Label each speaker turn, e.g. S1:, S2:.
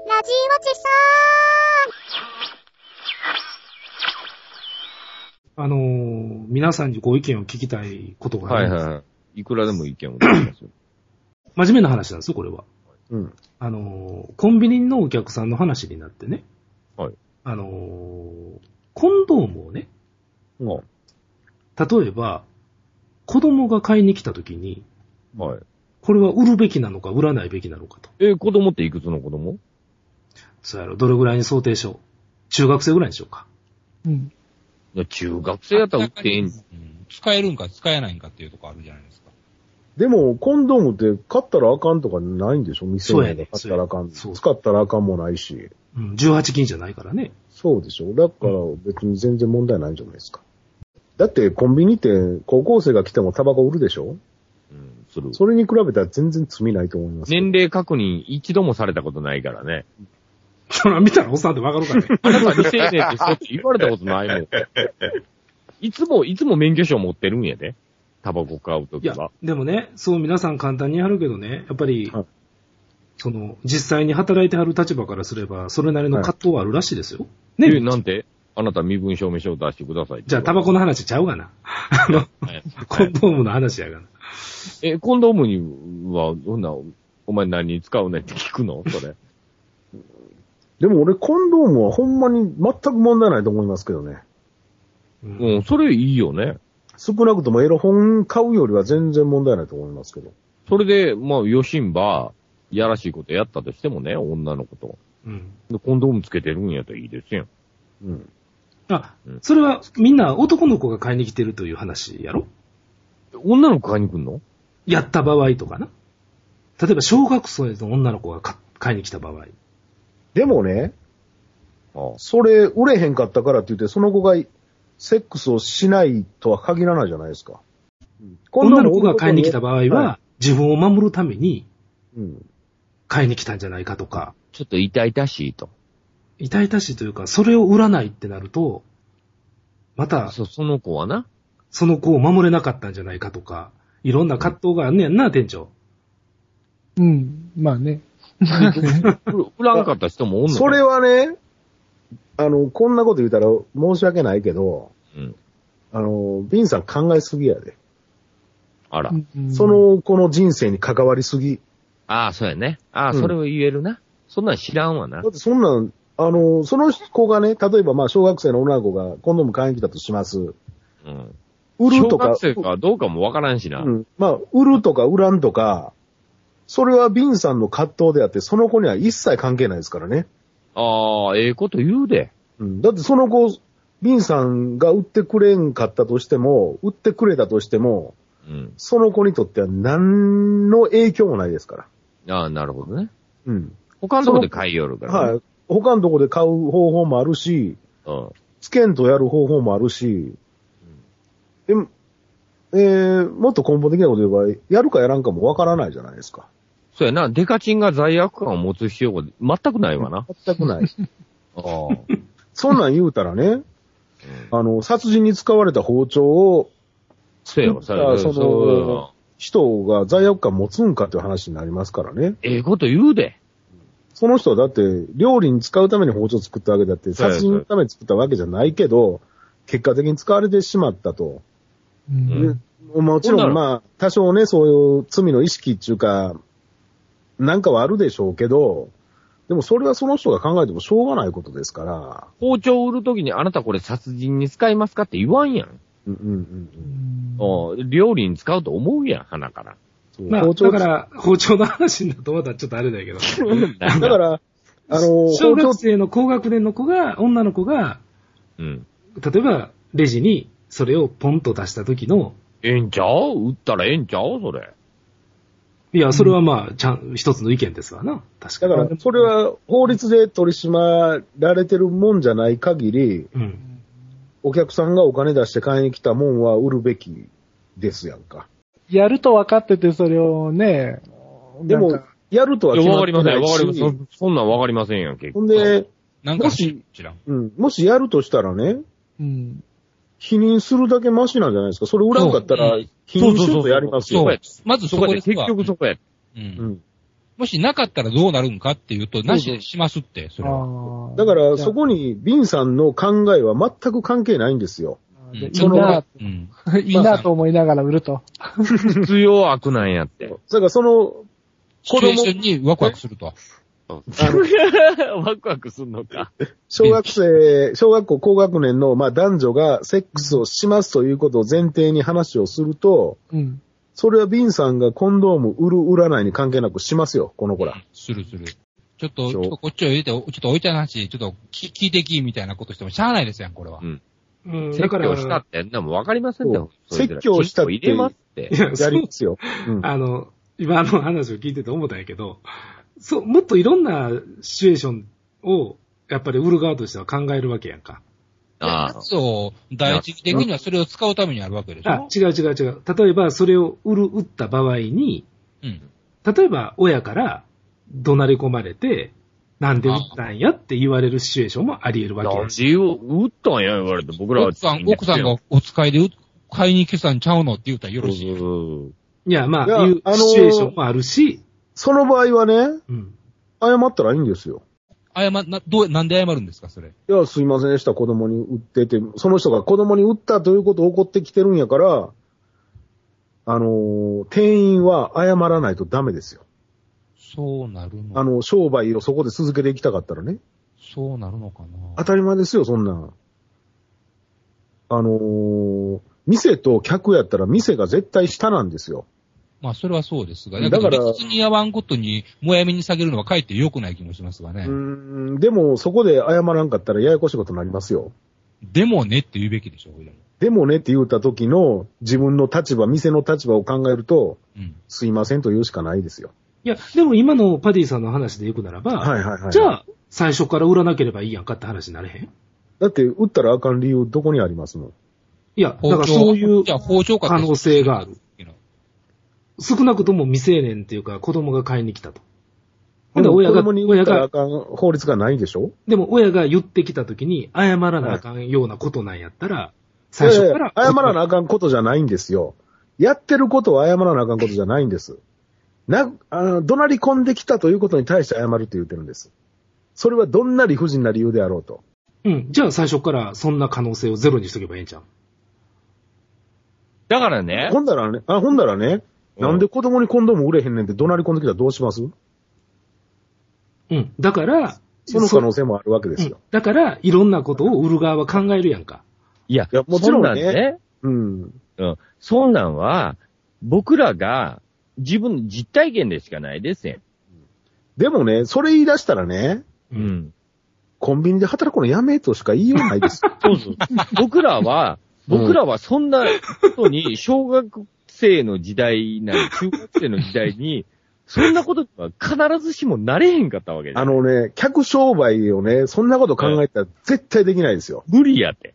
S1: ちさ
S2: あのー皆さんにご意見を聞きたいことがあ
S3: は
S2: る
S3: い
S2: んです。
S3: はい。いくらでも意見を出しますよ。
S2: 真面目な話なんですよ、これは。
S3: うん。
S2: あのーコンビニのお客さんの話になってね。
S3: はい。
S2: あのーコンドームをね、
S3: は
S2: 例えば、子供が買いに来た時に、
S3: はい。
S2: これは売るべきなのか売らないべきなのかと。
S3: え、子供っていくつの子供
S2: そうやろ、どれぐらいに想定しよう。中学生ぐらいにしようか。
S4: うん。
S3: いや、中学生やったら売ってええん。
S5: うん使えるんか使えないんかっていうとこあるじゃないですか。
S6: でも、コンドームって買ったらあかんとかないんでしょ店
S2: そうや
S6: 内
S2: ね
S6: で買ったらあかん。
S2: そう
S6: 使ったらあかんもないし。
S2: うん、18禁じゃないからね。
S6: そうでしょだから別に全然問題ないじゃないですか。だってコンビニって高校生が来てもタバコ売るでしょ
S3: うん、する。
S6: それに比べたら全然罪ないと思います。
S3: 年齢確認一度もされたことないからね。
S2: そら見たらおっさんってわかるからね。
S3: あなた未成年ですよって言われたことないもん。いつも、いつも免許証持ってるんやで。タバコ買うと
S2: い
S3: き
S2: や
S3: は。、
S2: でもね、そう皆さん簡単にやるけどね、やっぱり
S6: はい、
S2: その、実際に働いてはる立場からすれば、それなりの葛藤はあるらしいですよ。ね
S3: え、なんてあなた身分証明書を出してくださいって。
S2: じゃあ、タバコの話ちゃうがな。あの、
S3: はい
S2: コンドームの話やがな。
S3: え、コンドームには、どんな、お前何に使うねんって聞くのそれ。
S6: でも俺コンドームはほんまに全く問題ないと思いますけどね。
S2: うん
S3: うん、それいいよね。
S6: 少なくともエロ本買うよりは全然問題ないと思いますけど。
S3: それで、まあ、よしんば、やらしいことやったとしてもね、女の子と。
S2: うん。
S3: で、コンドームつけてるんやったらいいですよ。
S6: うん。
S2: あ
S3: うん、
S2: それはみんな男の子が買いに来てるという話やろ
S3: 女の子買いに来んの
S2: やった場合とかな。例えば、小学生の女の子が買買いに来た場合。
S6: でもね、
S3: あ
S6: それ売れへんかったからって言って、その子がセックスをしないとは限らないじゃないですか。
S2: 女の子が買いに来た場合は、
S6: は
S2: 自分を守るために
S6: うん。
S2: 買いに来たんじゃないかとか、
S3: ちょっと痛々しいと。
S2: 痛々しいというか、それを売らないってなると、また、
S3: そ、その子はな。
S2: その子を守れなかったんじゃないかとか、いろんな葛藤があんねやんな、店長。
S4: うん。まあね。
S3: う売らんかった人もおんの
S6: それはね、あの、こんなこと言うたら申し訳ないけど、
S3: うん。
S6: あの、ビンさん考えすぎやで。
S3: あら。
S4: うん
S6: そ、の子の人生に関わりすぎ。
S3: ああ、そうやね。ああ、
S6: うん
S3: それを言えるな。そんなん知らんわな
S6: だ。ってそんなん、あの、その子がね、例えばまあ小学生の女の子がコンドーム買いに来たとします。
S3: うん。
S6: 売る
S3: 小
S6: とか
S3: 学、生かどうかもわからんしな。
S6: うん。まあ、売るとか売らんとか、それはビンさんの葛藤であって、その子には一切関係ないですからね。
S3: ああ、ええこと言うで。
S6: うん。だってその子、ビンさんが売ってくれんかったとしても、売ってくれたとしても、
S3: うん。
S6: その子にとっては何の影響もないですから。
S3: ああ、なるほどね。
S6: うん。
S3: 他のとこで買いよるから、ね。
S6: はい。他のとこで買う方法もあるし、
S3: は
S6: つけんとやる方法もあるし、でも、えー、もっと根本的なこと言えば、やるかやらんかもわからないじゃないですか。
S3: い。そうやな。デカチンが罪悪感を持つ必要が全くないわな。
S6: 全くない。
S3: ああ。
S6: そんなん言うたらね、あの、殺人に使われた包丁を
S3: そうやわ、そうや
S6: あ
S3: わ。
S6: あその
S3: そうやわ
S6: 人が罪悪感持つんかっていう話になりますからね。
S3: ええこと言うで。
S6: その人はだって、料理に使うために包丁作ったわけだって、殺人のために作ったわけじゃないけど、結果的に使われてしまったと。
S3: う
S4: う
S3: ん
S4: ん。
S6: もち
S3: ほんなら
S6: ろん、まあ、多少ね、そういう罪の意識っていうか、なんかはあるでしょうけど、でもそれはその人が考えてもしょうがないことですから、
S3: 包丁売るときにあなたこれ殺人に使いますかって言わんやん。
S6: うんうんうん
S3: ああ料理に使うと思うやん、鼻から。
S6: そう
S2: まあ、
S6: 包
S2: だ
S6: 丁
S2: か、ら、包丁の話になるとまたちょっとあれだけど。
S3: だ
S6: だか、ら、あの、
S2: 小
S6: 包丁
S2: 学生の高学年の子が、女の子が、
S3: うん。
S2: 例えば、レジにそれをポンと出した時の、
S3: ええんちゃう売ったらええんちゃうそれ。
S2: いや、それはまあ、ちゃん、一つの意見ですわな。確か
S6: だ
S2: に。
S6: から、それは法律で取り締まられてるもんじゃない限り、
S2: うん。
S6: お客さんがお金出して買いに来たもんは売るべきですやんか。
S4: やると分かってて、それをね、
S6: で
S4: な
S6: も
S4: んか、
S6: やるとはい決
S3: や、
S6: ま
S3: わ
S6: っ
S3: か
S6: て
S3: りませ。わかり
S6: なんい
S3: ませ
S6: し、
S3: ん。そんなんわかりませんやん、結
S6: ほん
S3: 局。
S6: で、
S5: なんか
S6: もし
S5: 知らん。
S6: うん、もしやるとしたらね、
S4: うん。
S6: 否認するだけマシなんじゃないですか。それ売らんかったら
S5: そう、
S6: 否認しようとやります
S3: そ
S6: よ
S3: う。や。
S5: まず
S3: そ
S5: そ
S3: こ
S5: こ
S3: や。
S5: です
S3: 結
S5: わ。
S3: 局そこや。
S5: う。
S6: うんん。
S5: もしなかったらどうなるんかっていうと、なしにしますって、それは。
S4: ああ
S6: だから、そ
S4: こ、
S6: こに、ビンさんの考えは全く関係ないんですよ。
S4: じゃあ
S5: そ
S4: いい
S5: の
S4: な、
S5: うん。
S4: いいなと思いながら売ると。
S3: 必要悪なんやって。
S6: だから、その、
S5: シチュエーションにワクワクすると。
S3: ワクワクすんのか。
S6: 小学生、小学校高学年の、まあ、男女がセックスをしますということを前提に話をすると、
S4: うん。
S6: それはビンさんがコンドーム売る売らないに関係なくしますよ、この子ら。
S5: するする。ちょっと、ち
S6: そ
S5: ょ
S6: う
S5: っとこっちを入れて、ちょっとおいちゃんの話、ちょっと聞聞いてき、みたいなことしてもしゃあないですやん、これは
S3: うん。
S2: うん、だ
S3: 説
S2: から、
S3: 教したって、んなもんわかりませんよ。
S6: そう説教したって
S3: 入れますって
S2: い。や、
S6: や
S2: そ
S6: り
S2: う
S6: ますよ。うん
S2: あの、今の話を聞いてて思ったんやけど、そう、もっといろんなシチュエーションを、やっぱり売る側としては考えるわけやんか。
S3: ああ。
S5: そう、第一義的にはそれを使うためにあるわけでし
S2: あ
S5: ょ、
S2: 違う違う違う。例えば、それを売る、売った場合に、
S5: うん。
S2: 例えば、親から怒鳴り込まれて、なんで売ったんやって言われるシチュエーションもあり得るわけ
S3: なん
S2: やし。
S3: で言う、打ったんや、言われて、僕らは。
S5: 奥さん、奥さんがお使いでう買いに来たんちゃうのって言うたらよ
S3: そう
S5: ろ
S3: そう
S5: しい。
S3: そう。
S2: いや、ま
S6: いや
S2: あ、いう
S6: あのー
S2: シチュエーションもあるし、
S6: その場合はね、
S2: うん。
S6: 謝ったらいいんですよ。
S5: 謝、な、どう、なんで謝るんですか、それ。
S6: いや、すいませんでした、子供に売ってて、その人が子供に売ったということを起こってきてるんやから、あのー店員は謝らないとダメですよ。
S5: そうなるの
S6: あの、商売をそこで続けていきたかったらね。
S5: そうなるのか
S6: 当
S5: な
S6: たり前ですよ、そんなん。あのー店と客やったら店が絶対下なんですよ。
S5: まあ、それはそうですが。
S6: だ
S5: だ
S6: か
S5: からら、理屈にやわんことに、もやみに下げるのはかえって良くない気もしますが
S6: う
S5: ね。
S6: ーん、でもそこで謝らんかったらややこしいことになりますよ。
S5: でもねって言うべきでしょ、でも
S6: でもねって言った時の自分の立場、店の立場を考えると、
S5: うん。
S6: すいませんと言うしかないですよ。
S2: いや、でも今のパディさんの話で行くならば、
S6: はいはいはい。
S2: じゃあ、最初から売らなければいいやんかって話になれへん
S6: だって、打ったらあかん理由どこにありますもん。
S2: いや、だ
S5: 包
S2: から
S5: 丁
S2: そういう
S5: じゃあ包丁か
S2: 可能性がある。
S5: いや
S2: 少なくとも未成年っていうか子供が買いに来たと。ほん
S6: で
S2: で
S6: も
S2: 親
S6: 子
S2: が、
S6: 供に打
S2: 親
S6: ったら
S2: が、
S6: あかん法律がないでしょ
S2: でも親が言ってきた時に謝らなあかんようなことなんやったら、最
S6: いやい
S2: 初
S6: や
S2: から。
S6: 謝らなあかんことじゃないんですよ。やってることは謝らなあかんことじゃないんです。な、あの、怒鳴り込んできたということに対して謝るって言ってるんです。それはどんな理不尽な理由であろうと。
S2: うん。じゃあ最初からそんな可能性をゼロにしとけばいいんじゃん。
S3: だからね、
S6: ほんだらね、あ、ほんだらね、
S3: うん
S6: なんで子供にコンドーム売れへんねんって怒鳴り込んできたらどうします
S2: うん。だから、
S6: その
S2: そ
S6: 可能性もあるわけです
S2: うん
S6: よ。
S2: だから、いろんなことを売る側は考えるやんか。
S3: いや
S6: いやもちろんね
S3: そなんね、
S6: うん。
S3: うん。そんなんは、僕らが自分の実体験でしかないですよ。
S6: でもね、それ言い出したらね、
S2: う
S3: うんん。
S6: コンビニで働くのやめとしか言いようないです よ。
S3: そうそう。僕らは、
S6: うん
S3: 僕らはそんなことに、小学生の時代なり、中学生の時代に、そんなことは必ずしもなれへんかったわけで
S6: あのね、客商売をね、そんなこと考えたら絶対できないですよ。
S3: 無理やって。